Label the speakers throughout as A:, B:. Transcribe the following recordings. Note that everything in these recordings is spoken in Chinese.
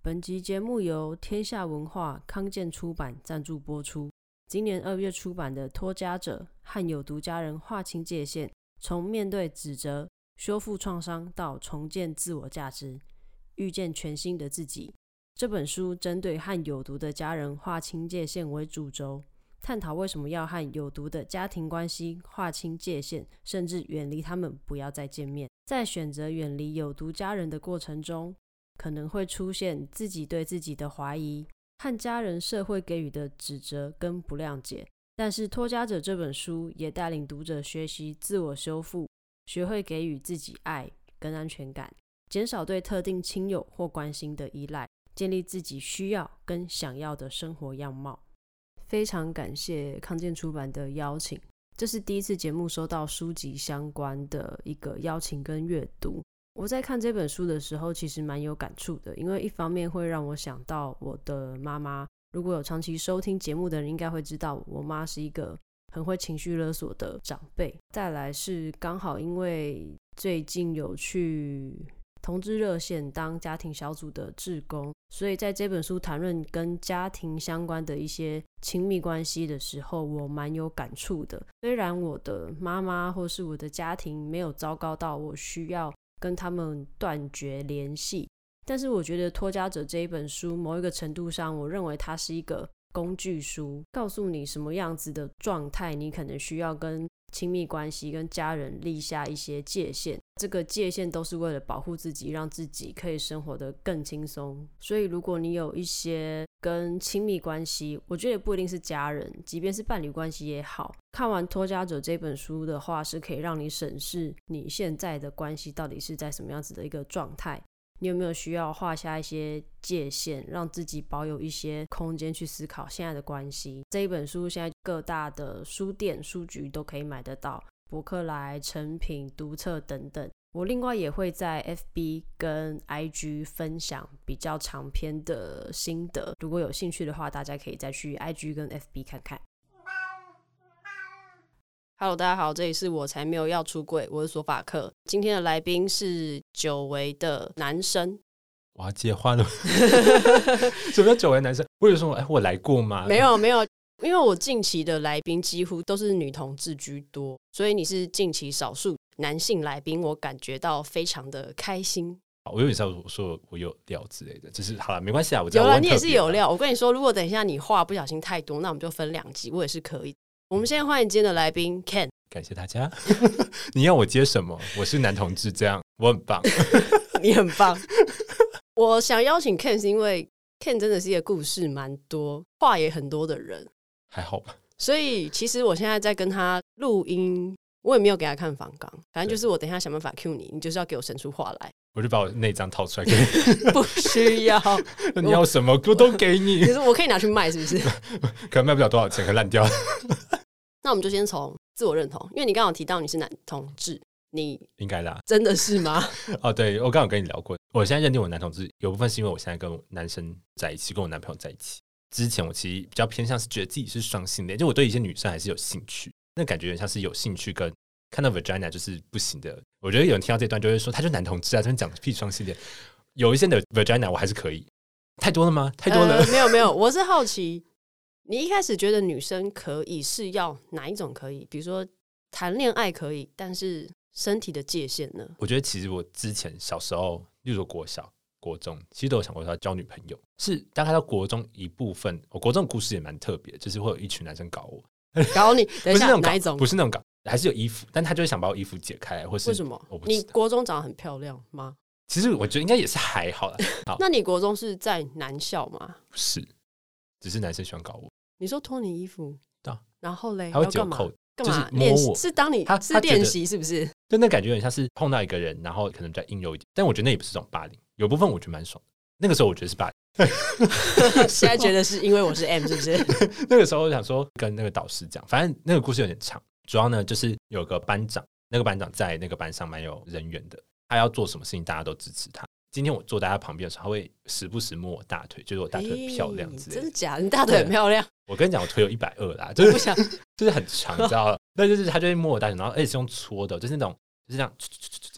A: 本集节目由天下文化康健出版赞助播出。今年二月出版的《脱缰者》，和有独家人划清界限，从面对指责、修复创伤到重建自我价值，遇见全新的自己。这本书针对和有毒的家人划清界限为主轴，探讨为什么要和有毒的家庭关系划清界限，甚至远离他们，不要再见面。在选择远离有毒家人的过程中，可能会出现自己对自己的怀疑和家人、社会给予的指责跟不谅解。但是《脱缰者》这本书也带领读者学习自我修复，学会给予自己爱跟安全感，减少对特定亲友或关心的依赖，建立自己需要跟想要的生活样貌。非常感谢康健出版的邀请，这是第一次节目收到书籍相关的一个邀请跟阅读。我在看这本书的时候，其实蛮有感触的，因为一方面会让我想到我的妈妈。如果有长期收听节目的人，应该会知道我妈是一个很会情绪勒索的长辈。再来是刚好因为最近有去同志热线当家庭小组的志工，所以在这本书谈论跟家庭相关的一些亲密关系的时候，我蛮有感触的。虽然我的妈妈或是我的家庭没有糟糕到我需要。跟他们断绝联系，但是我觉得《脱缰者》这一本书，某一个程度上，我认为它是一个工具书，告诉你什么样子的状态，你可能需要跟亲密关系、跟家人立下一些界限。这个界限都是为了保护自己，让自己可以生活得更轻松。所以，如果你有一些跟亲密关系，我觉得也不一定是家人，即便是伴侣关系也好。看完《脱家者》这本书的话，是可以让你审视你现在的关系到底是在什么样子的一个状态，你有没有需要画下一些界限，让自己保有一些空间去思考现在的关系。这一本书现在各大的书店、书局都可以买得到。博客来、成品、读册等等。我另外也会在 FB 跟 IG 分享比较长篇的心得，如果有兴趣的话，大家可以再去 IG 跟 FB 看看。Hello，大家好，这里是我才没有要出柜，我是索法克。今天的来宾是久违的男生，
B: 我要结婚了， 什么叫久违男生？我有说，哎，我来过吗？
A: 没，有没有，因为我近期的来宾几乎都是女同志居多，所以你是近期少数男性来宾，我感觉到非常的开心。
B: 我有点像我说我有料之类的，只是好了，没关系啊，我知道
A: 有
B: 我
A: 啦，
B: 很
A: 你也
B: 特
A: 是
B: 别
A: 有
B: 啦。
A: 料。我跟你说，如果等一下你话不小心太多，那我们就分两集，我也是可以。我们现在欢迎今天的来 宾 Ken。
B: 感谢大家。 你要我接什么？我是男同志，这样我很棒。
A: 你很棒。我想邀请 Ken 是因为 Ken 真的是一个故事蛮多、话也很多的人，
B: 还好吧？
A: 所以其实我现在在跟他录音，我也没有给他看访纲，反正就是我等一下想办法 cue 你，你就是要给我生出话来，
B: 我就把我内脏掏出来给你，
A: 不需要。
B: 那你要什么我都给你
A: 你，说我可以拿去卖，是不 是？
B: 可能卖不了多少钱，可能烂掉了，
A: 那我们就先从自我认同，因为你刚刚有提到你是男同志，你
B: 应该啦。
A: 真的是吗？
B: 哦，对，我刚好跟你聊过，我现在认定我男同志，有部分是因为我现在跟男生在一起，跟我男朋友在一起。之前我其实比较偏向是觉得自己是双性恋，就我对一些女生还是有兴趣，那感觉有点像是有兴趣跟看到 vagina 就是不行的。我觉得有人听到这段就会说，他就男同志啊，他们讲屁双性恋。有一些的 vagina 我还是可以，太多了吗？ 太多了。
A: 呃、没有没有，我是好奇，你一开始觉得女生可以是要哪一种可以？比如说谈恋爱可以，但是身体的界限 呢？
B: 我觉得其实我之前小时候，例如说国小、国中，其实都有想过说要交女朋友，是大概到国中一部分。我国中的故事也蛮特别，就是会有一群男生搞我，
A: 搞你，等
B: 不
A: 一
B: 是那
A: 下
B: 种
A: 呃哪一
B: 搞，
A: 种
B: 不？是那种搞，还是有衣服，但他就会想把我衣服解开，或是
A: 为什么
B: 我？不
A: 你
B: 知道。
A: 国中长得很漂亮吗？
B: 其实我觉得应该也是还 好啦，好
A: 那你国中是在男校吗？
B: 不是，只是男生喜欢搞我，
A: 你说脱你衣服，
B: 对啊
A: 然后嘞，
B: 他会
A: 哎要
B: 解
A: 干嘛？
B: 扣，
A: 干
B: 就是
A: 嘛
B: 摸
A: 练习？
B: 我
A: 是当你
B: 他
A: 是
B: 他觉得
A: 练习是不是？
B: 就那感觉很像是碰到一个人，然后可能比较阴柔一点，但我觉得那也不是这种霸凌，有部分我觉得蛮爽的。那个时候我觉得是霸凌。
A: 现在觉得是因为我是 M 是不是？
B: 那个时候我想说跟那个导师讲，反正那个故事有点长，主要呢就是有个班长，那个班长在那个班上蛮有人缘的，他要做什么事情大家都支持他。今天我坐在他旁边的时候，他会时不时摸我大腿，觉得我 大腿很漂亮
A: 咦
B: 之
A: 哎
B: 类
A: 真
B: 的。
A: 的假的？你大腿很
B: 对
A: 漂亮，
B: 我跟你讲，我腿有一百二啦，就
A: 我不
B: 是
A: 想
B: 就是很长，你知道吗？那就是他就会摸我大腿，然后而且是用搓的，就是那种就是这样，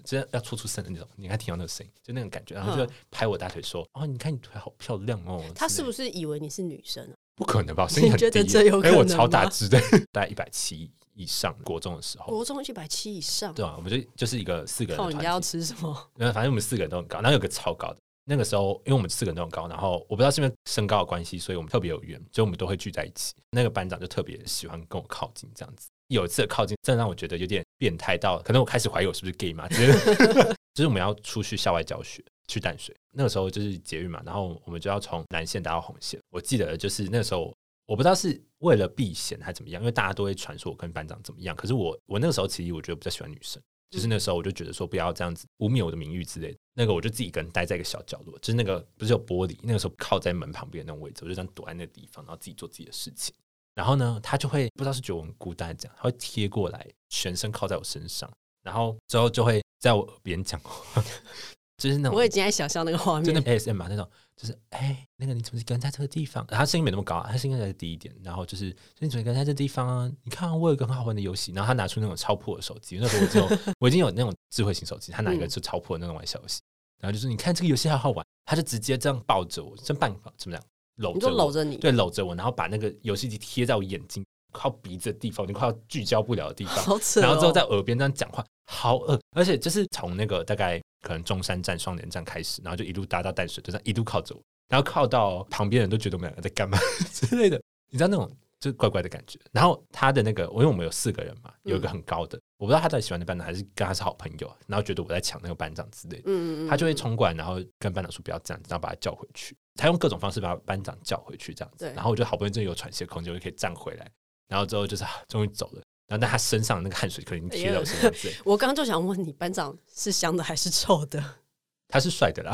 B: 真的要戳出声的那种。你看听到那个声音，就那种感觉，然后就拍我大腿说：“哦，你看你腿好漂亮哦。”
A: 嗯他是不
B: 是
A: 是以为你是女生啊？
B: 不可能吧？我声音很低
A: 你觉得这有可
B: 哎
A: 能吗
B: 我超大只的， 大概一百七以上，国中的时候。
A: 国中一百七以上，
B: 哦对啊，啊我们就就是一个四个人
A: 靠
B: 的
A: 人家要
B: 团体，
A: 吃什么？
B: 然后反正我们四个人都很高，然后有个超高的。那个时候，因为我们四个人都很高，然后我不知道是不是身高的关系，所以我们特别有缘，所以我们都会聚在一起。那个班长就特别喜欢跟我靠近，这样子。有一次的靠近，真的让我觉得有点变态到，可能我开始怀疑我是不是 gay 嘛，觉得就是我们要出去校外教学，去淡水。那个时候就是捷运嘛，然后我们就要从南线搭到红线。我记得就是那时候，我不知道是为了避嫌还是怎么样，因为大家都会传说我跟班长怎么样。可是我我那个时候其实我觉得比较喜欢女生，就是那时候我就觉得说不要这样子污蔑我的名誉之类的。那个我就自己一个人待在一个小角落，就是那个不是有玻璃，那个时候靠在门旁边的那种位置，我就这样躲在那个地方，然后自己做自己的事情。然后呢，他就会不知道是觉得我很孤单这样，他会贴过来，全身靠在我身上，然后之后就会在我耳边讲话， 就是那种
A: 我已经在想象那个画
B: 真的
A: 面。
B: ASM 嘛那种，就是哎、那个你怎么跟在这个地方？他声音没那么高、啊，他声音再低一点。然后就是你怎么跟在这地方啊？你看、啊、我有一个很好玩的游戏，然后他拿出那种超破的手机，那时候我只有我已经有那种智慧型手机，他拿一个
A: 嗯
B: 就超破的那种玩小游戏，然后就说你看这个游戏好好玩，他就直接这样抱着我，真半抱怎么样？搂
A: 你
B: 着
A: 说
B: 我
A: 搂着你，
B: 哦对搂着我，然后把那个游戏机贴在我眼睛靠鼻子的地方，已经快要聚焦不了的地方，
A: 好扯、哦。
B: 然后之后在耳边这样讲话，好恶，而且就是从那个大概可能中山站、双连站开始，然后就一路搭到淡水，就这样一路靠着我，然后靠到旁边人都觉得我们两个在干嘛 之类的，你知道那种就是怪怪的感觉。然后他的那个，因为我们有四个人嘛，有一个很高的，我不知道他到底喜欢的班长还是跟他是好朋友，啊然后觉得我在抢那个班长之类的。
A: 嗯，嗯嗯，
B: 他就会冲过来，然后跟班长说不要这样子，然后把他叫回去。他用各种方式把班长叫回去，这样子
A: 对。
B: 然后我就好不容易真的有喘息的空间，我就可以站回来。然后之后就是、啊终于走了。然后但他身上那个汗水可能已经贴到我 身上之类。
A: 我刚刚就想问你，班长是香的还是臭的？
B: 他是帅的啦，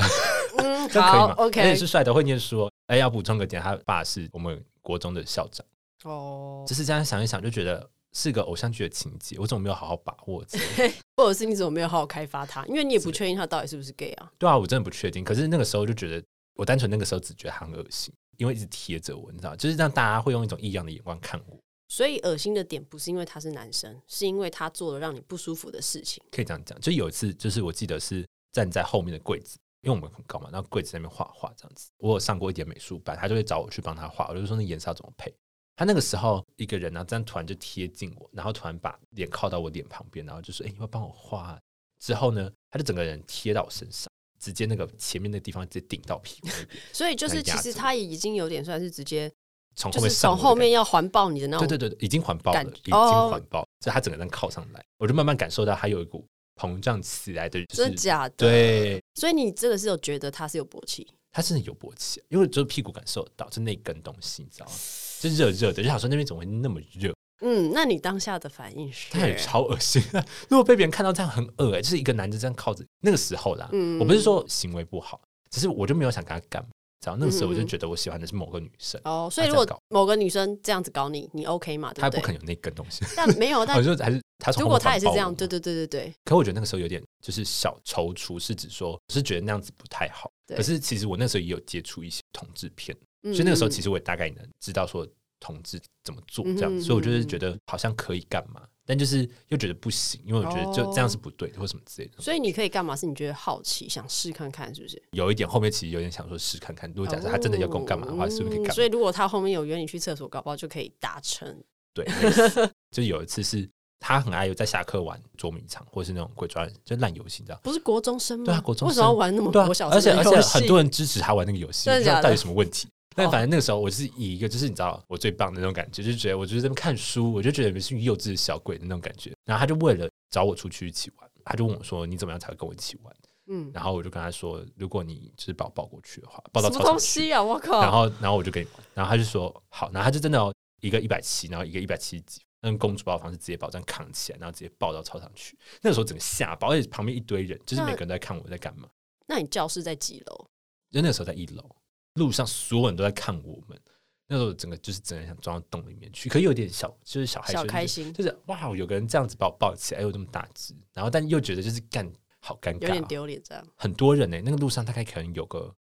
A: 嗯，
B: 这样可 以
A: 好
B: 吗而且
A: ，OK，
B: 是帅的，会念书哦。哎，要补充个点，他爸是我们国中的校长。
A: 哦，
B: 只是这样想一想，就觉得是个偶像剧的情节，我怎么没有好好把 握之类的？
A: 或者是你怎么没有好好开发他？因为你也不
B: 是
A: 确定他到底是不是 gay 啊？
B: 对啊，我真的不确定。可是那个时候就觉得，我单纯那个时候只觉得他很恶心，因为一直贴着我，你知道吗，就是让大家会用一种异样的眼光看我。
A: 所以恶心的点不是因为他是男生，是因为他做了让你不舒服的事情。
B: 可以这样讲，就有一次，就是我记得是站在后面的柜子，因为我们很高嘛，然后柜子在那边画画这样子。我有上过一点美术班，他就会找我去帮他画，我就说那颜色要怎么配。他那个时候一个人呢、啊，这样突然就贴近我，然后突然把脸靠到我脸旁边，然后就说：“哎、你要帮我画啊、之后呢，他就整个人贴到我身上，直接那个前面那个地方直接顶到屁股那边，
A: 所以就是
B: 来压
A: 其实
B: 住
A: 他也已经有点算是直接，
B: 从后
A: 就
B: 面
A: 是
B: 上
A: 从
B: 我的
A: 后面
B: 感
A: 要环抱你的那
B: 觉
A: 种。
B: 对对对，对已经环抱了，
A: 感
B: 已经
A: 哦
B: 环抱，就他整个人靠上来，我就慢慢感受到他有一股膨胀起来的，就
A: 真
B: 是
A: 的假的？，
B: 对，
A: 所以你真的是有觉得他是有勃起，
B: 它真的有勃起，因为只有屁股感受得到，就那根东西，你知道吗？就热热的，就想说那边怎么会那么热？
A: 嗯，那你当下的反应是？
B: 它也超恶心。 如果被别人看到这样很恶哎、就是一个男的这样靠着，那个时候啦，
A: 嗯
B: 我不是说行为不好，只是我就没有想跟他干嘛，你知道？那个时候我就
A: 嗯嗯嗯
B: 觉得我喜欢的是某个女生，
A: 哦，所以
B: 他
A: 如
B: 这样
A: 果
B: 搞
A: 某个女生这样子搞你，你 OK 嘛？对
B: 她
A: 不
B: 不
A: 对？
B: 可能有那根东西。
A: 但没有，
B: 我
A: 但
B: 就还是他从
A: 如
B: 后
A: 果
B: 面
A: 他也是
B: 环抱
A: 这
B: 我
A: 样，
B: 嘛
A: 对对对对对，
B: 可我觉得那个时候有点就是小踌躇，是指说是觉得那样子不太好。
A: 对
B: 可是其实我那时候也有接触一些同志片。
A: 嗯
B: 所以那个时候其
A: 嗯
B: 实我也大概能知道说同志怎么做这
A: 嗯
B: 样，
A: 哼
B: 子，所以我就是
A: 嗯
B: 觉得好像可以干嘛，但就是又觉得不行，因为我觉得就这样是不对的或什么之类的。
A: 哦所以你可以干嘛？是你觉得好奇，想试看看，是不是？
B: 有一点后面其实有点想说试看看，如果假设他真的要跟我干嘛的话，
A: 哦
B: 是不是可以
A: 嗯
B: 干
A: 所
B: 嘛？
A: 以如果他后面有约你去厕所，搞不好就可以达成。
B: 对，类似 就有一次是他很爱有在下课玩捉迷藏或是那种鬼抓人，就烂游戏你知道。
A: 不是国中生吗？
B: 对啊国中生
A: 为什么要玩那 么
B: 对啊
A: 多小，
B: 而且而且很多
A: 人
B: 人支持他玩那个游戏，
A: 真
B: 我
A: 的
B: 不知道
A: 假的哦
B: 到底有什么问题。但反正那个时候，我是以一个就是你知道我最棒的那种感觉，就是觉得我就是在那边看书，我就觉得你们是幼稚的小鬼的那种感觉。然后他就为了找我出去一起玩，他就问我说：“你怎么样才会跟我一起玩
A: 嗯？”，
B: 然后我就跟他说：“如果你就是把我抱过去的话，抱到
A: 什
B: 操
A: 么
B: 场
A: 东
B: 去。
A: 西啊！我”
B: 然
A: 靠，
B: 后然后我就跟你玩，然后他就说：“好。”然后他就真的、哦、一个一百七，然后一个一百七几，用公主抱的方式直接把我这样扛起来，然后直接抱到操场去。那个时候整个吓爆，而且旁边一堆人，就是
A: 那
B: 每个人都在看我在干嘛。
A: 那你教室在几楼？
B: 就那时候在一楼，路上所有人都在看我们。那时候整个就是整个想钻到洞里面去，可有点小，就是小害羞，
A: 小
B: 就是
A: 开心
B: 就是哇，哦有个人这样子把我抱起来，又哎这么大只，然后但又觉得就是干好尴
A: 有点
B: 尬哦、
A: 丢脸这样。
B: 很多人呢、欸那个路上大概可能有个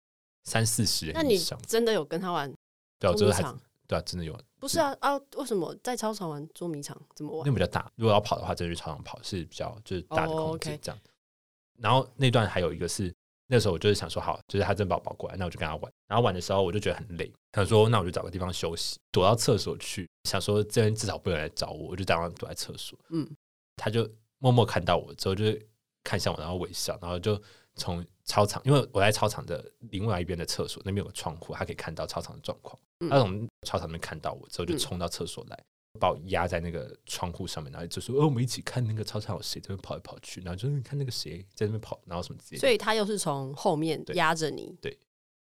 B: 三四十
A: 那
B: 人以
A: 你
B: 上，
A: 真的有跟他玩
B: 对啊，我
A: 捉
B: 最后
A: 迷
B: 还
A: 藏？
B: 对啊，真的有，
A: 不不是啊啊，为什么在操场玩捉迷藏？怎么玩
B: 那？比较大。如果要跑的话，就去操场跑是比较就是大的
A: 哦
B: 空间
A: OK
B: 这样。然后那段还有一个是那时候我就是想说，好，就是他真把我抱过来，那我就跟他玩。然后玩的时候我就觉得很累，想说那我就找个地方休息，躲到厕所去，想说这边至少不有人来找我，我就当然躲在厕所。
A: 嗯，
B: 他就默默看到我之后，就是看向我，然后微笑，然后就从操场，因为我在操场的另外一边的厕所那边有个窗户，他可以看到操场的状况。
A: 嗯
B: 他从操场那边看到我之后，就
A: 嗯
B: 冲到厕所来，把我压在那个窗户上面，然后就说：“哦，我们一起看那个操场有谁在那边跑来跑去，然后就嗯看那个谁在那边跑，然后什么之类
A: 所
B: 的，
A: 以他又是从后面
B: 对
A: 压着你，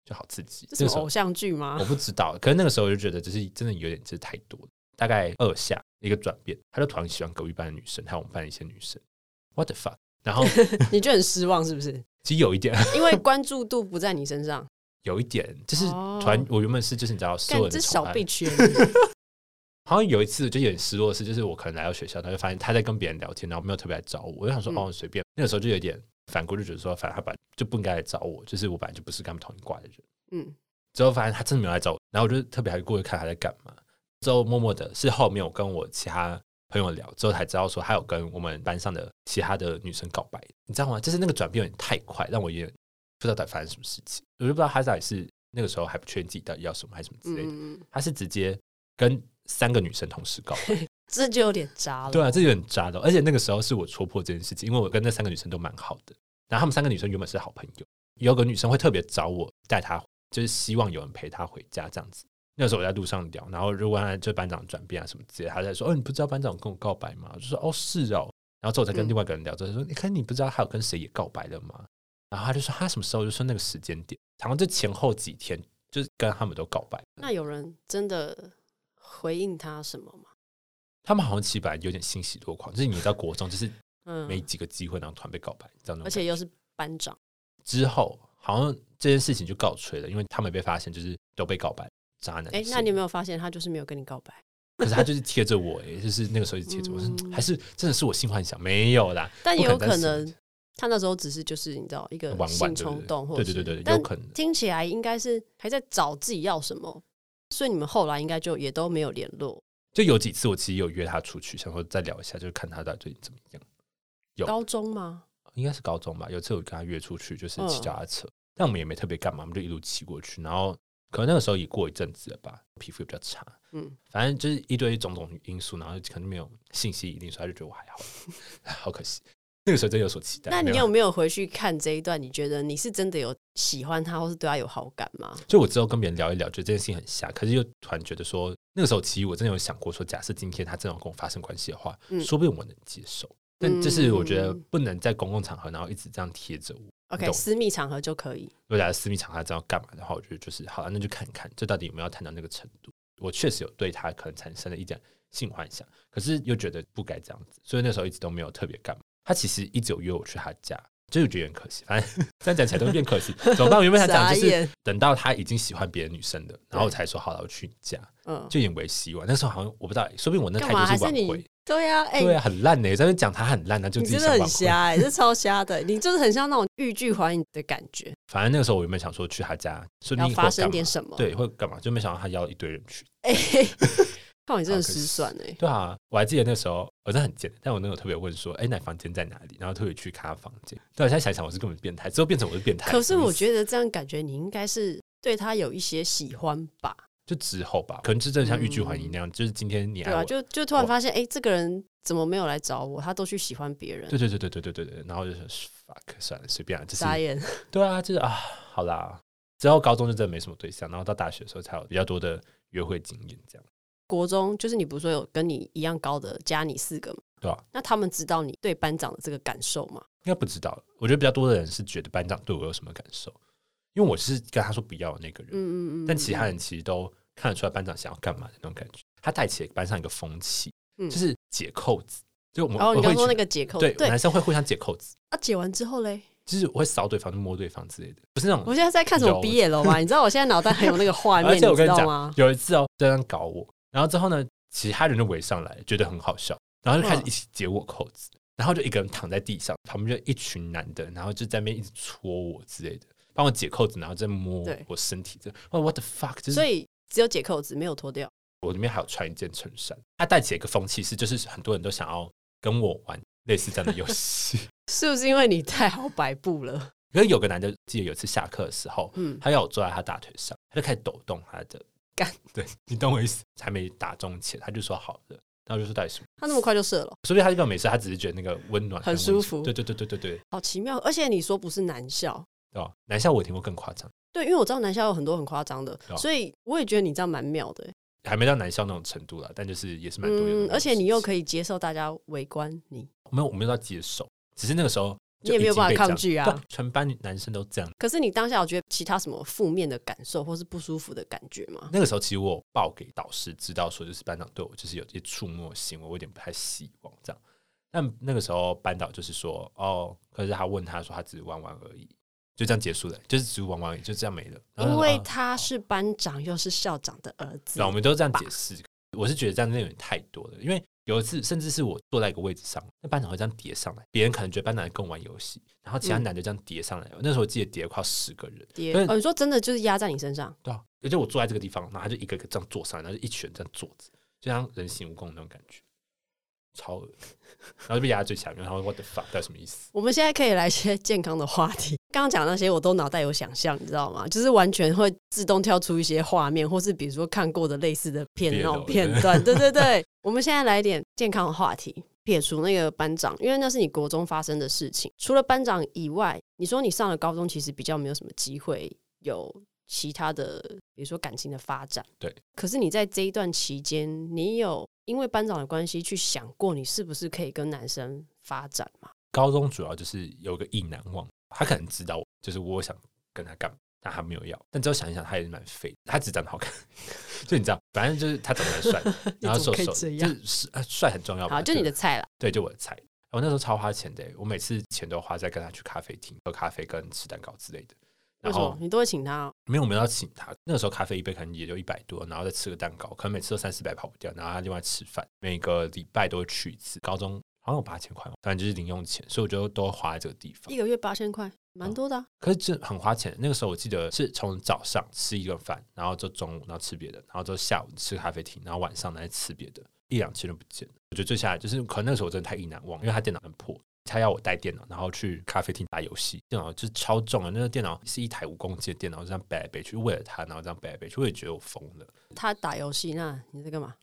B: 就好刺激。”
A: 这
B: 那
A: 是
B: 个
A: 什
B: 时
A: 么
B: 候
A: 偶像剧吗
B: 我？不知道，可是那个时候我就觉得，这是真的有点，这是太多了。大概二下一个转变，他就突然喜欢隔壁班的女生，还有我们班的一些女生。What the fuck？然后
A: 你就很失望是不 是？
B: 其实有一点，
A: 因为关注度不在你身上，
B: 有一点，就是
A: 哦
B: 突然，我原本是就是你知道， 所有
A: 干
B: 人
A: 这
B: 的
A: 小
B: 宠爱
A: bitch 耶。
B: 好像有一次就有点失落的是，就是我可能来到学校，然后就发现他在跟别人聊天，然后没有特别来找我，我就想说
A: 嗯
B: 哦随便。那个时候就有点反过，就觉得说反正他本来就不应该来找我，就是我本来就不是跟他们同一挂的人。
A: 嗯，
B: 之后发现他真的没有来找我，然后我就特别还过去看他在干嘛。之后默默的是后面我跟我其他朋友聊之后才知道说他有跟我们班上的其他的女生告白，你知道吗？就是那个转变有点太快，让我有点不知道到底发生什么事情，我就不知道他到底是那个时候还不确定自己到底要什么还是什么之类的，
A: 嗯，嗯嗯
B: 他是直接跟三个女生同时告白。
A: 这就有点渣了。
B: 对啊，这有点渣的。而且那个时候是我戳破这件事情，因为我跟那三个女生都蛮好的，然后她们三个女生原本是好朋友，有个女生会特别找我带她，就是希望有人陪她回家这样子。那时候我在路上聊，然后如果就班长转变啊什么之类的，他在说：“哦，你不知道班长跟我告白吗？”我就说：“哦，是哦。”然后之后我才跟
A: 嗯
B: 另外一个人聊，就、是说：“你看你不知道他有跟谁也告白了吗？”然后他就说：“他什么时候？”就说那个时间点，好像就前后几天，就是跟他们都告白了。
A: 那有人真的回应他什么吗？
B: 他们好像其实本来有点欣喜若狂，就是你知道国中就是没
A: 嗯，
B: 几个机会，然后突然被告白，这样那种
A: 而且
B: 感
A: 又
B: 觉
A: 是班长，
B: 之后好像这件事情就告吹了，因为他们被发现就是都被告白渣男。
A: 哎，那你有没有发现他就是没有跟你告白？
B: 可是他就是贴着我、哎，就是那个时候一直贴着我，
A: 嗯
B: 说还是真的是我性幻想没有啦，
A: 但也有
B: 不可
A: 可
B: 能
A: 能他那时候只是就是你知道一个
B: 玩玩
A: 性
B: 对不
A: 冲动，或
B: 对
A: 者
B: 对对对对，有
A: 但
B: 可能
A: 听起来应该是还在找自己要什么，所以你们后来应该就也都没有联络。
B: 就有几次我其实有约他出去，想说再聊一下，就是看他到底最近怎么样。有
A: 高中吗？
B: 应该是高中吧，有次我跟他约出去，就是
A: 嗯
B: 骑脚踏车，但我们也没特别干嘛，我们就一路骑过去，然后可能那个时候也过一阵子了吧，皮肤也比较差，
A: 嗯，
B: 反正就是一堆种种因素，然后可能没有信息一定，所以他就觉得我还好， 好可惜。那个时候真有啊所期待。
A: 那你
B: 没
A: 有没有回去看这一段？你觉得你是真的有喜欢他，或是对他有好感吗？
B: 就我之后跟别人聊一聊，觉得这件事情很瞎，可是又突然觉得说，那个时候其实我真的有想过说，假设今天他真的要跟我发生关系的话，
A: 嗯
B: 说不定我能接受。但就是我觉得
A: 嗯
B: 不能在公共场合，然后一直这样贴着我。
A: OK，
B: 懂
A: 私密场合就可以。
B: 如果假设私密场合他知道干嘛的话，我觉得就是好了，那就看看这到底有没有谈到那个程度。我确实有对他可能产生了一点性幻想，可是又觉得不该这样子，所以那时候一直都没有特别干嘛。他其实一直有约我去他家，就是觉得很可惜。反正这样讲起来都 变可惜，怎么办？我原本想讲
A: 傻
B: 就是
A: 眼，
B: 等到他已经喜欢别的女生的，然后我才说好了，我去你家，
A: 嗯，
B: 就有点为希望。那时候好像我不知道，说不定我那态
A: 干嘛？
B: 度
A: 还是
B: 挽
A: 你
B: 回，？
A: 对呀、哎、
B: 对啊，很烂呢、在那边讲他很烂，然后就
A: 你
B: 自己
A: 真
B: 想
A: 的
B: 挽
A: 很
B: 回。
A: 瞎哎、这超瞎的，你真的很像那种欲拒还迎的感觉，
B: 反正那个时候我原本想说去他家，说不
A: 要
B: 定
A: 发
B: 会
A: 生
B: 干
A: 点
B: 嘛，
A: 什么。，
B: 对，会干嘛？就没想到他邀了一堆人去。
A: 哎、看你真的
B: 好可惜
A: 失算哎、
B: 对啊，我还记得那时候我真的很贱，但我那时候特别问说，哎、那房间在哪里？然后特别去看他房间。但我现在想想，我是根本变态，之后变成我是变态。
A: 可是我
B: 得
A: 觉得这样感觉，你应该是对他有一些喜欢吧？
B: 就之后吧，可能就真的像欲拒还迎那样，就是今天你
A: 对
B: 爱我，
A: 啊，就就突然
B: 我
A: 发现，哎、这个人怎么没有来找我？他都去喜欢别人，
B: 对对对对对对对对，然后就说 fuck 算了，随便啊，就是
A: 傻眼。
B: 对啊，就是啊，好啦。之后高中就真的没什么对象，然后到大学的时候才有比较多的约会经验，这样
A: 国中就是你不是说有跟你一样高的加你四个吗？
B: 对啊
A: 那他们知道你对班长的这个感受吗？
B: 应该不知道。我觉得比较多的人是觉得班长对我有什么感受，因为我是跟他说不要的那个人，
A: 嗯嗯嗯。
B: 但其他
A: 嗯
B: 人其实都看得出来班长想要干嘛的那种感觉。他带起了班上一个风气，
A: 嗯
B: 就是解扣子，就我们、
A: 然后
B: 我
A: 你
B: 会
A: 刚说那
B: 觉
A: 个解扣，
B: 对
A: 对
B: 男生会互相解扣子，
A: 啊，解完之后嘞，
B: 就是我会扫对方、摸对方之类的，不是那种
A: 我现在在看什么
B: 嗯有啊
A: BL 吗？你知道我现在脑袋还有那个画面，
B: 而且我跟
A: 你
B: 你
A: 知道
B: 讲
A: 吗，？
B: 有一次哦，在那搞我，然后之后呢，其他人就围上来，觉得很好笑，然后就开始
A: 嗯
B: 一起解我扣子，然后就一个人躺在地上，旁边就一群男的，然后就在那边一直戳我之类的，帮我解扣子，然后再摸
A: 对
B: 我身体，这哇 what the fuck，就是
A: 所以只有解扣子没有脱掉，
B: 我里面还有穿一件衬衫，它带起一个风气是，就是很多人都想要跟我玩类似这样的游 戏。
A: 是不是因为你太好摆布了？
B: 可是有个男的，记得有一次下课的时候，
A: 嗯，
B: 他要我坐在他大腿上，他就开始抖动他的
A: 干，
B: 对你懂我意思？还没打中前，他就说好了，然后我就说到底什么？
A: 他那么快就射了，
B: 说不定他这个没事，他只是觉得那个温暖
A: 很
B: 跟温
A: 舒服
B: 对对对对对对，
A: 好奇妙。而且你说不是男校，
B: 对吧？男校我听过更夸张，
A: 对，因为我知道男校有很多很夸张的，
B: 啊
A: 所以我也觉得你这样蛮妙的欸、
B: 还没到男校那种程度啦，但就是也是蛮多
A: 嗯
B: 有，
A: 而且你又
B: 以
A: 可以接受大家围观你，
B: 没有我没有到接受，只是那个时候
A: 你也没有办法抗拒啊
B: 就已经被这样对全班男生都这样。
A: 可是你当下有觉得其他什么负面的感受或是不舒服的感觉吗？
B: 那个时候其实我有报给导师知道说，就是班长对我就是有一些触摸的行为，我有点不太希望这样。但那个时候班导就是说，哦，可是他问他说他只是玩玩而已，就这样结束了，就是只是玩玩而已，就这样没了。然后
A: 因
B: 他说
A: 为
B: 啊
A: 他是班长又是校长的儿子
B: 对，，我们都这样解释。我是觉得这样真的有点太多了，因为有一次甚至是我坐在一个位置上，那班长会这样叠上来，别人可能觉得班长在跟我玩游戏，然后其他
A: 嗯
B: 男的这样叠上来。那时候我记得叠了快要十个人，
A: 爹
B: 但是
A: 哦，你说真的就是压在你身上，
B: 对啊，而且我坐在这个地方，然后他就一个一个这样坐上来，然后就一群人这样坐着，就像人形蜈蚣那种感觉，超恶。然后就被压在最下面，然后 what the fuck，到底什么意思？
A: 我们现在可以来一些健康的话题。 刚刚讲那些，我都脑袋有想象，你知道吗？就是完全会自动跳出一些画面，或是比如说看过的类似的片
B: 别
A: 那
B: 的
A: 种片 段。对对对，我们现在来一点健康的话题，撇除那个班长，因为那是你国中发生的事情。除了班长以外，你说你上了高中，其实比较没有什么机会有其他的，比如说感情的发展。
B: 对。
A: 可是你在这一段期间，你有因为班长的关系去想过，你是不是可以跟男生发展吗？
B: 高中主要就是有个意难忘，他可能知道我就是我想跟他干嘛，但他没有要。但之后想一想，他也是蛮废的，他只长得好看， 就你知道，反正就是他长得蛮 帅的，然后
A: 你怎
B: 瘦
A: 么可以
B: 瘦
A: 这
B: 的，
A: 样
B: 就是啊帅很重要嘛。
A: 好，就你的菜啦。
B: 对，就我的菜。我那时候超花钱的，欸我每次钱都花在跟他去咖啡厅喝咖啡跟吃蛋糕之类的。
A: 为
B: 然
A: 什
B: 后
A: 么你都会请他哦？
B: 没有，我们要请他。那个时候咖啡一杯可能也就一百多，然后再吃个蛋糕，可能每次都三四百跑不掉。然后他另外吃饭，每个礼拜都会去一次。高中好像有八千块，反正就是零用钱，所以我就都花在这个地方
A: 一。个月八千块，
B: 嗯
A: 蛮多的啊、
B: 可是这很花钱。那个时候我记得是从早上吃一顿饭，然后就中午然后吃别的，然后就下午吃咖啡厅，然后晚上来吃别的，一两千就不见了。我觉得最下来就是，可能那个时候我真的太意难忘，因为他电脑很破。他要我带电脑，然后去咖啡厅打游戏。电脑就是超重的，那个电脑是一台五公斤的电脑，这样背来背去，为了他，然后这样背来背去，我也觉得我疯了。
A: 他打游戏，那你在干嘛？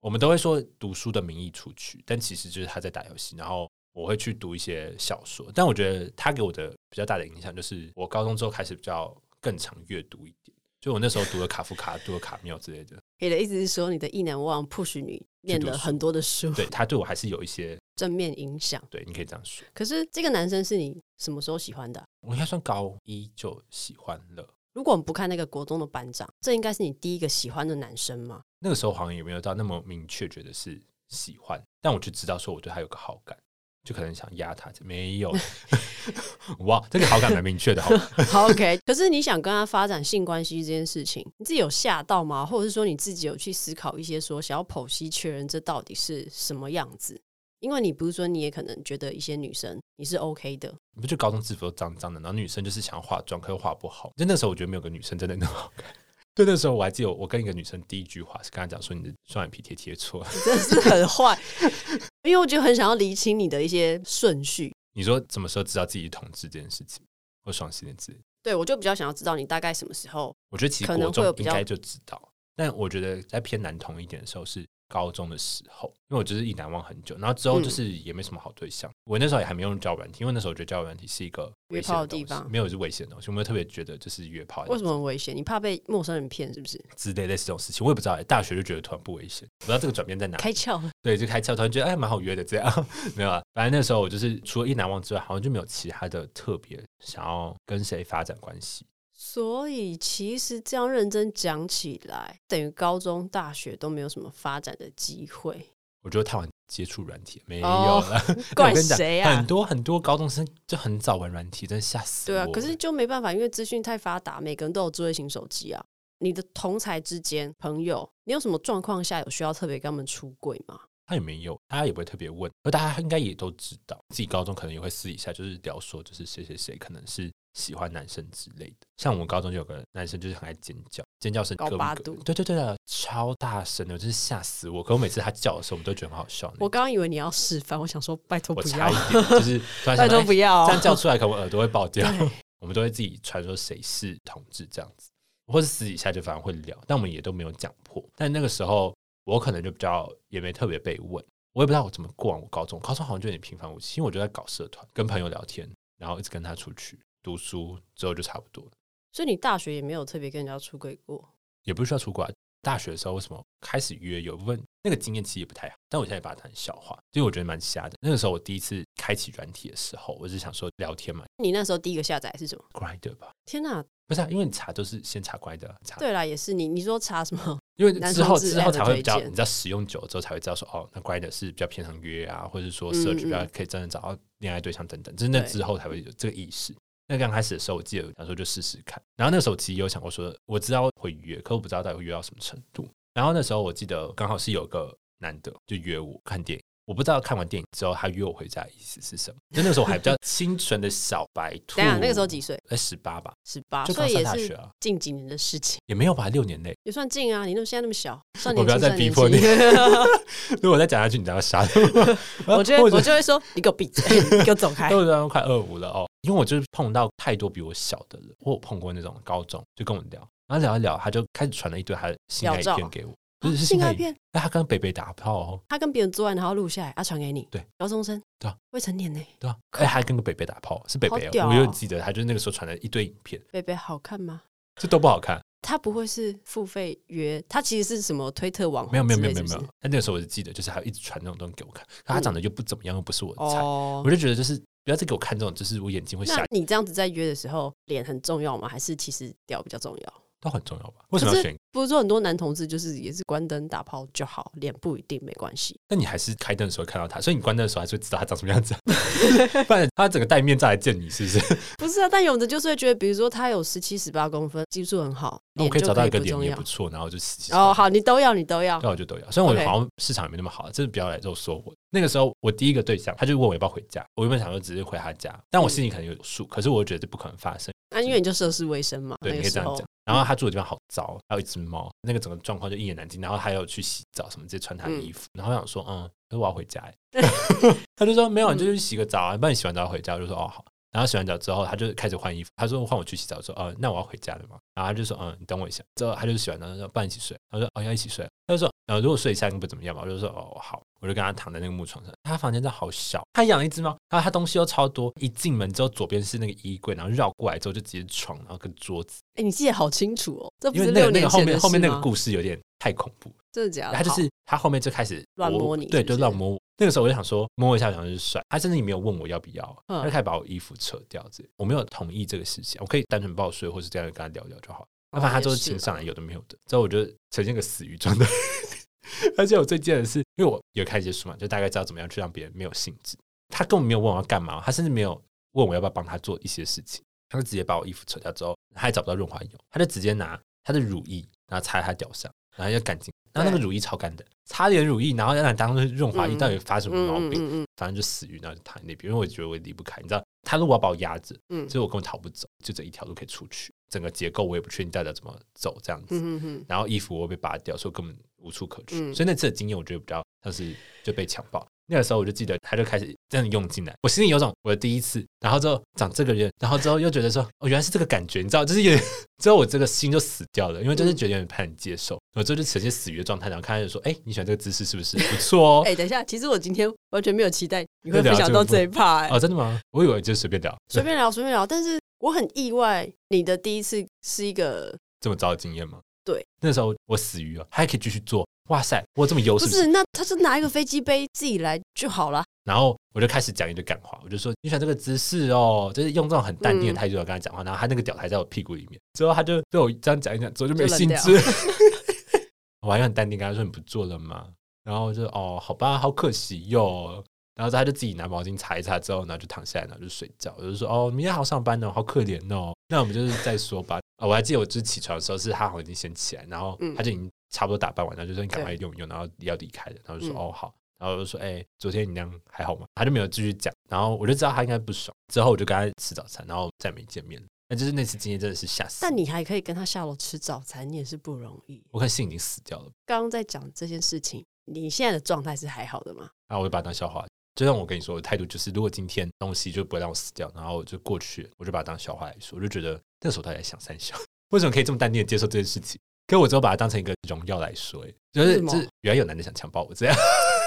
B: 我们都会说读书的名义出去，但其实就是他在打游戏。然后我会去读一些小说，但我觉得他给我的比较大的影响就是，我高中之后开始比较更常阅读一点。就我那时候读了卡夫卡、读了卡缪之类的，
A: 你的意思是说，你的意难忘 push 你念了很多的书，
B: 对他对我还是有一些
A: 正面影响。
B: 对，你可以这样说。
A: 可是这个男生是你什么时候喜欢的啊、
B: 我应该算高一就喜欢了，
A: 如果我们不看那个国中的班长，这应该是你第一个喜欢的男生 嘛？
B: 那个时候好像也没有到那么明确觉得是喜欢，但我就知道说我对他有个好感，就可能想压他，没有。 哇，这个好感蛮明确的，好吧
A: 好，OK。可是你想跟他发展性关系这件事情，你自己有吓到吗？或者是说你自己有去思考一些说想要剖析确认这到底是什么样子？因为你不是说你也可能觉得一些女生你是 OK 的，
B: 你不就高中制服都脏脏的，然后女生就是想要化妆，可又化不好。就那时候我觉得没有个女生真的那么好看。就那时候我还记得，我跟一个女生第一句话是跟她讲说你的双眼皮贴贴错。了。
A: 真的是很坏， 因为我就很想要厘清你的一些顺序。
B: 你说什么时候知道自己是同志这件事情，或双性恋之类的？
A: 对，我就比较想要知道你大概什么时候。
B: 我觉得其实
A: 可能
B: 国中
A: 会有比
B: 应
A: 较
B: 该就知道，但我觉得在偏男同一点的时候是高中的时候，因为我就是一难忘很久，然后之
A: 嗯
B: 后就是也没什么好对象。我那时候也还没用交友软体，因为那时候我觉得交友软体是一个危险
A: 约炮的
B: 东西
A: 地方
B: 没有是危险的东西，我没有特别觉得就是约炮
A: 为什么很危险？你怕被陌生人骗是不是？
B: 之类类似这种事情，我也不知道、欸。大学就觉得突然不危险，不知道这个转变在哪里
A: 开窍了，
B: 对，就开窍，突然觉得哎，蛮好约的这样， 没有啊。反正那时候我就是除了一难忘之外，好像就没有其他的特别想要跟谁发展关系。
A: 所以其实这样认真讲起来，等于高中、大学都没有什么发展的机会。
B: 我觉得太晚接触软体了没有
A: 哦
B: 了，
A: 怪
B: 我跟你讲
A: 谁啊
B: 很多很多高中生就很早玩软体，真的吓死
A: 对
B: 我
A: 啊
B: 了。，
A: 可是就没办法，因为资讯太发达，每个人都有智慧型手机啊。你的同才之间朋友，你有什么状况下有需要特别跟他们出柜吗？
B: 他也没有，大家也不会特别问，而大家应该也都知道，自己高中可能也会私底下就是聊说，就是谁谁谁可能是喜欢男生之类的。像我们高中就有个男生就是很爱尖叫，尖叫声
A: 高
B: 隔
A: 八
B: 隔
A: 度
B: 对对对的，超大声的，真是吓死我。可我每次他叫的时候，我都觉得很好笑呢。
A: 我刚刚以为你要示范，我想说拜托
B: 我
A: 不要
B: 差一，点，就是突 然
A: 拜
B: 想到
A: 托
B: 哎
A: 不要
B: 这，样叫出来，可能我耳朵会爆掉
A: 哦对。
B: 我们都会自己传说谁是同志这样子，或是私底下就反而会聊，但我们也都没有讲破。但那个时候我可能就比较也没特别被问，我也不知道我怎么过完我高中。高中好像就有点平凡无奇，因为我就在搞社团，跟朋友聊天，然后一直跟他出去读书，之后就差不多了，
A: 所以你大学也没有特别跟人家出轨过。
B: 也不需要出国啊。大学的时候为什么开始约？有一部分那个经验其实也不太好，但我现在也把它当笑话，因为我觉得蛮瞎的。那个时候我第一次开启软体的时候，我是想说聊天嘛
A: 你那时候第一个下载是什么？
B: ，Grinder 吧，
A: 天哪、
B: 不是、啊，因为你查都是先查 Grinder，查
A: 对啦，也是你，你说查什么？
B: 因为
A: 男
B: 之后
A: 同志
B: 之后
A: app
B: 才会
A: 推
B: 比较，
A: 荐
B: 你知道使用久了之后才会知道说，哦，那 Grinder 是比较偏向约啊，或者是说
A: 嗯
B: search
A: 嗯
B: 比较可以真的找到恋爱对象等等，就是那
A: 对
B: 之后才会有这个意识。那刚开始的时候，我记得想说就试试看，然后那时候其实有想过说，我知道会约，可我不知道到底会约到什么程度。然后那时候我记得刚好是有个男的就约我看电影，我不知道看完电影之后他约我回家的意思是什么。就那时候我还比 较清纯的小白兔，
A: 等一下那个时候几岁？
B: 才十八吧，
A: 十八，
B: 就
A: 所
B: 刚
A: 以
B: 上
A: 也
B: 大学
A: 是
B: 啊，
A: 近几年的事情，
B: 也没有吧，六年内。
A: 也算近啊。你那么现在那么小，少
B: 我
A: 年
B: 不要
A: 轻
B: 再
A: 少
B: 逼
A: 年
B: 迫你
A: 轻。
B: 如果我再讲下去，你知道杀了我。
A: 我觉得
B: 或
A: 我
B: 者
A: 就会说，你给我闭 嘴，你给我走开。
B: 都已经快二五了哦，因为我就是碰到太多比我小的人，我有碰过那种高中就跟我聊，然后聊一聊，他就开始传了一堆他的性爱
A: 屌照
B: 片给我，不是
A: 哦
B: 是
A: 啊性
B: 性
A: 爱
B: 爱片，
A: 片，
B: 哎，他跟北北打炮哦，
A: 他跟别人做爱，然后录下来，啊，传给你。
B: 对，
A: 高中生，
B: 对啊，
A: 未成年呢，
B: 对吧、哎，他还跟个北北打炮，是北北、
A: 好
B: 哦，
A: 屌哦
B: 我有点记得，他就是那个时候传了一堆影片，
A: 贝贝好看吗？
B: 这都不好看，
A: 他不会是付费约，他其实是什么推特网红
B: 没有没有没有
A: 之
B: 没
A: 类
B: 有没
A: 是不是，
B: 有
A: 嗯
B: 但那个时候我就记得，就是他一直传那种东西给我看，可他长得又不怎么样，又不是我的菜，
A: 哦
B: 我。就觉得就是不要再给我看这种，就是我眼睛会瞎
A: 那，你这样子在约的时候，脸很重要吗？还是其实屌比较重要？
B: 都很重要吧？为什么要
A: 可是
B: 选？
A: 不是说很多男同志就是也是关灯打炮就好，脸不一定没关系。
B: 那你还是开灯的时候看到他，所以你关灯的时候还是会知道他长什么样子、 啊，不然他整个戴面罩来见你， 是不是？
A: 不是啊，但有的就是会觉得，比如说他有十七、十八公分，技术很好，
B: 那我
A: 脸
B: 可以
A: 就
B: 找到一个
A: 不
B: 脸
A: 重
B: 也
A: 要
B: 不。错，然后就实习
A: 哦，，好，你都要，你都要
B: 对，。我就都要。虽然我
A: OK
B: 好像市场也没那么好，真的不要来肉说我。那个时候我第一个对象，他就问我要不要回家，我原本想说只是回他家，但我心里可能有数，可是我觉得这不可能发生，
A: 那、因为你就涉世未深嘛，
B: 对，
A: 那个
B: 你可以这
A: 时
B: 样
A: 候
B: 讲。然后他住的地方好糟，还有一只猫，那个整个状况就一言难尽。然后还有去洗澡什么，直接穿他的衣服。然后我想说，嗯，可是我要回家欸。他就说没有，你就去洗个澡啊，不然你洗完澡回家。我就说哦好。然后洗完澡之后，他就开始换衣服。他说换我去洗澡，我说哦，那我要回家了嘛。然后他就说嗯，你等我一下。之后他就洗完澡他说不然一起睡。他说哦要一起睡。他就说呃如果睡一下你不怎么样嘛。我就说哦好，我就跟他躺在那个木床上。他房间真的好小，他养了一只猫，然后他东西又超多。一进门之后，左边是那个衣柜，然后绕过来之后就直接床，然后跟桌子。
A: 哎、你记得好清楚哦，这不
B: 因
A: 是
B: 为那
A: 六
B: 个那
A: 年
B: 个后
A: 前的
B: 面后面那个
A: 事吗
B: 故事有点太恐怖，
A: 真的假的？
B: 他就
A: 好
B: 是他后面就开始
A: 乱
B: 我
A: 摸你
B: 对，
A: 是不
B: 就是乱摸我。那个时候我就想说摸一下，然后就甩。他甚至也没有问我要不要，
A: 嗯
B: 他就开始把我衣服扯掉之类。我没有同意这个事情，我可以单纯抱睡，或是这样跟他聊聊就好。那
A: 哦
B: 反正他都是请上来，有的没有的。之后我就呈现个死鱼状态。 而且我最贱的是，因为我有看一些书嘛，就大概知道怎么样去让别人没有兴致。他根本没有问我要干嘛，他甚至没有问我要不要帮他做一些事情，他就直接把我衣服扯掉之后，他还找不到润滑油，他就直接拿他的乳液，然后擦在他脚上，然后要干净。然后那个乳液超干的，擦点乳液，然后让它当做润滑液，
A: 嗯
B: 到底发什么
A: 嗯
B: 毛病？
A: 嗯嗯
B: 反正就死鱼，然后就躺在那边，因为我觉得我也离不开，你知道，他如果要把我压着，
A: 嗯
B: 所以我根本逃不走，就这一条路可以出去。整个结构我也不确定大家怎么走这样子，
A: 嗯嗯嗯，
B: 然后衣服我被拔掉，所以我根本无处可去。
A: 嗯
B: 所以那次的经验，我觉得比较像是就被强暴。那个时候我就记得，他就开始这样用进来，我心里有种我的第一次，然后之后长这个人，然后之后又觉得说，哦，原来是这个感觉，你知道，就是有
A: 嗯
B: 点之后我这个心就死掉了，因为就是觉得有点不太能接受，我这就呈现死鱼的状态，然后看他就说，哎、你喜欢这个姿势是不是？不错哦，
A: 哎、等一下，其实我今天完全没有期待你会
B: 又聊
A: 分享到
B: 这个
A: 这一趴、哎
B: 哦，真的吗？我以为就是随便聊，
A: 随便聊随便聊，但是我很意外，你的第一次是一个
B: 这么糟的经验吗？
A: 对，
B: 那时候我死鱼了，还可以继续做，哇塞，我这么优
A: 不
B: 势，
A: 是，那他就拿一个飞机杯自己来就好了。
B: 然后我就开始讲一堆干话，我就说你选这个姿势哦，就是用这种很淡
A: 嗯
B: 定的态度来跟他讲话。然后他那个屌还在我屁股里面，之后他就对我这样讲一讲，之后就没兴
A: 就
B: 致。 我还很淡定跟他说你不做了吗？然后就哦，好吧，好可惜哟、然后他就自己拿毛巾擦一擦，之后然后就躺下来，然后就睡觉。我就说哦，明天还要上班哦，好可怜哦。那我们就是再说吧。啊，我还记得我就是起床的时候，是他好像已经先起来，然后
A: 嗯
B: 他就已经差不多打扮完，然后就说你赶
A: 对
B: 快用一用，然后要离开了。然后就说、
A: 嗯
B: 哦好，然后我就说哎、昨天你那样还好吗？他就没有继续讲，然后我就知道他应该不爽。之后我就跟他吃早餐，然后再没见面。那就是那次经验真的是吓死。
A: 但你还可以跟他下楼吃早餐，你也是不容易。
B: 我看心已经死掉了
A: 刚刚在讲这件事情，你现在的状态是还好的吗？
B: 啊！我就把它当笑话。就像我跟你说，我的态度就是，如果今天东西就不会让我死掉，然后我就过去，我就把它当笑话来说。我就觉得那时候他在想三笑， 为什么可以这么淡定的接受这件事情？可我之后把它当成一个荣耀来说、欸，就
A: 为
B: 是
A: 什么
B: 就是原来有男的想强暴我这样。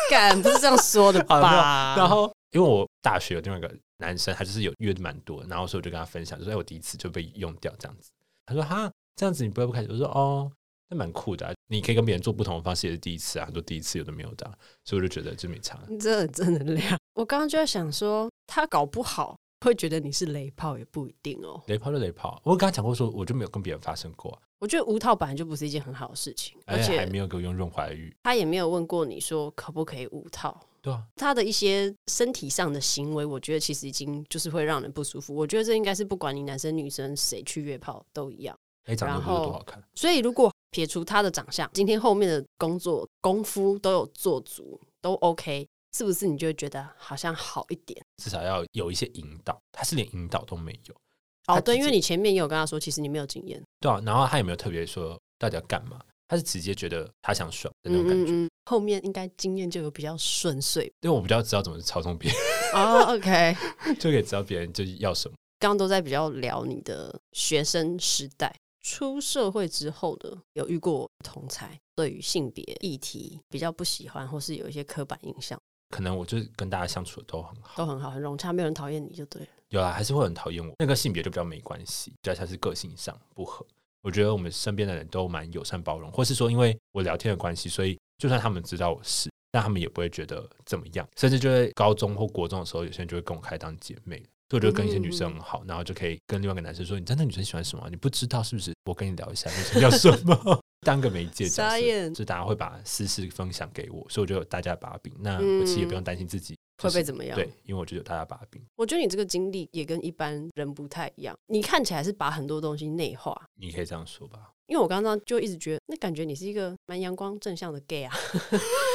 A: 敢不是这样说 的
B: 啊好没有
A: 吧？
B: 然后因为我大学有另外一个男生，他就是有约的蛮多，然后所以我就跟他分享，就说哎，我第一次就被用掉这样子。他说哈，这样子你不会不开心？我说哦，那蛮酷的、啊，你可以跟别人做不同的方式，也是第一次啊，很多第一次有的没有的啊、所以我就觉得这没差。
A: 你真的很正能量。我刚刚就在想说，他搞不好会觉得你是雷炮也不一定哦。
B: 雷炮就雷炮，我跟他讲过说，我就没有跟别人发生过啊、
A: 我觉得无套本来就不是一件很好的事情，而
B: 而哎且还
A: 且
B: 没有给我用润滑油。
A: 他也没有问过你说可不可以无套。
B: 对啊，
A: 他的一些身体上的行为，我觉得其实已经就是会让人不舒服。我觉得这应该是不管你男生女生谁去约炮都一样。
B: 哎，长得
A: 然
B: 不是
A: 后
B: 多好看，
A: 所以如果撇除他的长相，今天后面的工作功夫都有做足，都 OK，是不是你就会觉得好像好一点？
B: 至少要有一些引导，他是连引导都没有。他
A: 哦，对，
B: 直
A: 因
B: 接
A: 为你前面也有跟他说，其实你没有经验，
B: 对啊，然后他也没有特别说到底要干嘛，他是直接觉得他想爽的那种感觉。
A: 嗯，后面应该经验就有比较顺遂
B: 因为我比较知道怎么操纵别人，
A: 哦。OK，
B: 就可以知道别人就是要什么。
A: 刚刚都在比较聊你的学生时代，出社会之后的有遇过同才对于性别议题比较不喜欢，或是有一些刻板印象，
B: 可能我就是跟大家相处的都很好，
A: 都很好，很融洽，没有人讨厌你就对了。
B: 有啦，还是会很讨厌我。那个性别就比较没关系，比较像是个性上不合。我觉得我们身边的人都蛮友善包容，或是说因为我聊天的关系，所以就算他们知道我是，但他们也不会觉得怎么样，甚至就会高中或国中的时候，有些人就会跟我开当姐妹。所以我就跟一些女生很好，然后就可以跟另外一个男生说：“你知道那女生喜欢什么啊？你不知道是不是？我跟你聊一下，女生要什么？” 当个媒介角
A: 傻
B: 色，
A: 眼
B: 就大家会把私事分享给我，所以我就有大家的把柄。那
A: 嗯
B: 我其实也不用担心自己、
A: 会
B: 就是
A: 被怎么样？
B: 对，因为我就有大家把柄。
A: 我觉得你这个经历也跟一般人不太一样。你看起来是把很多东西内化，
B: 你可以这样说吧。
A: 因为我刚刚就一直觉得，那感觉你是一个蛮阳光正向的 gay 啊，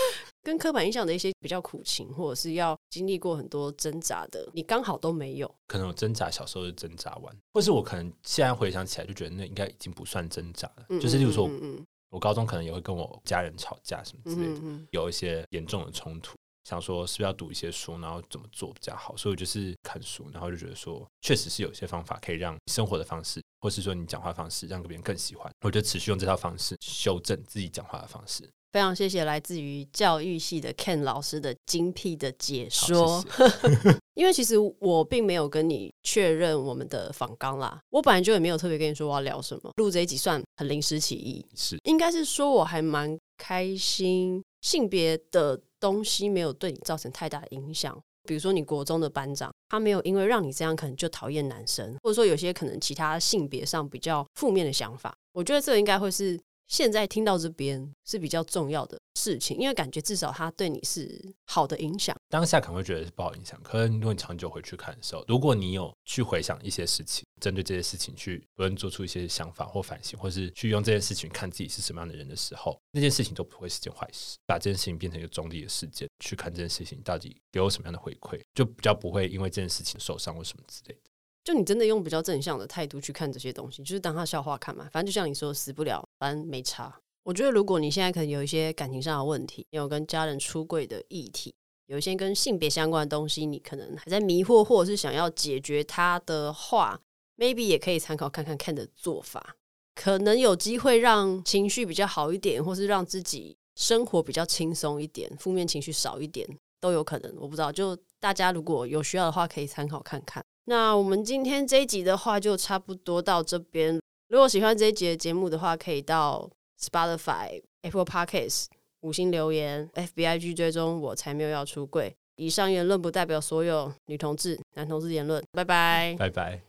A: 跟刻板印象的一些比较苦情，或者是要经历过很多挣扎的，你刚好都没有。
B: 可能我挣扎，小时候就挣扎完，或是我可能现在回想起来就觉得那应该已经不算挣扎了。
A: 嗯
B: 就是例如说，
A: 嗯嗯
B: 我高中可能也会跟我家人吵架什么
A: 嗯
B: 之类的，
A: 嗯嗯
B: 有一些严重的冲突，想说是不是要读一些书，然后怎么做比较好。所以我就是看书，然后就觉得说，确实是有一些方法可以让你生活的方式，或是说你讲话方式，让别人更喜欢。我就持续用这套方式修正自己讲话的方式。
A: 非常谢谢来自于教育系的 Ken 老师的精辟的解
B: 好
A: 说。
B: 谢谢
A: 因为其实我并没有跟你确认我们的访纲啦，我本来就也没有特别跟你说我要聊什么，录这一集算很临时起意，
B: 是
A: 应该是说我还蛮开心，性别的东西没有对你造成太大的影响。比如说你国中的班长，他没有因为让你这样，可能就讨厌男生，或者说有些可能其他性别上比较负面的想法。我觉得这个应该会是现在听到这边是比较重要的事情，因为感觉至少他对你是好的影响。
B: 当下可能会觉得是不好影响，可是如果你长久回去看的时候，如果你有去回想一些事情，针对这些事情去无论做出一些想法或反省，或是去用这件事情看自己是什么样的人的时候，那件事情都不会是件坏事。把这件事情变成一个中立的事件，去看这件事情到底给我什么样的回馈，就比较不会因为这件事情受伤或什么之类的。
A: 就你真的用比较正向的态度去看这些东西，就是当他笑话看嘛。反正就像你说，死不了，反正没差。我觉得如果你现在可能有一些感情上的问题，有跟家人出柜的议题，有一些跟性别相关的东西，你可能还在迷惑，或者是想要解决它的话，maybe 也可以参考看看看的做法，可能有机会让情绪比较好一点，或是让自己生活比较轻松一点，负面情绪少一点，都有可能。我不知道，就大家如果有需要的话，可以参考看看。那我们今天这一集的话，就差不多到这边。如果喜欢这一集的节目的话，可以到 Spotify、Apple Podcasts 五星留言、FBIG 追踪，我才没有要出柜。以上言论不代表所有女同志、男同志言论。拜拜。
B: 拜拜。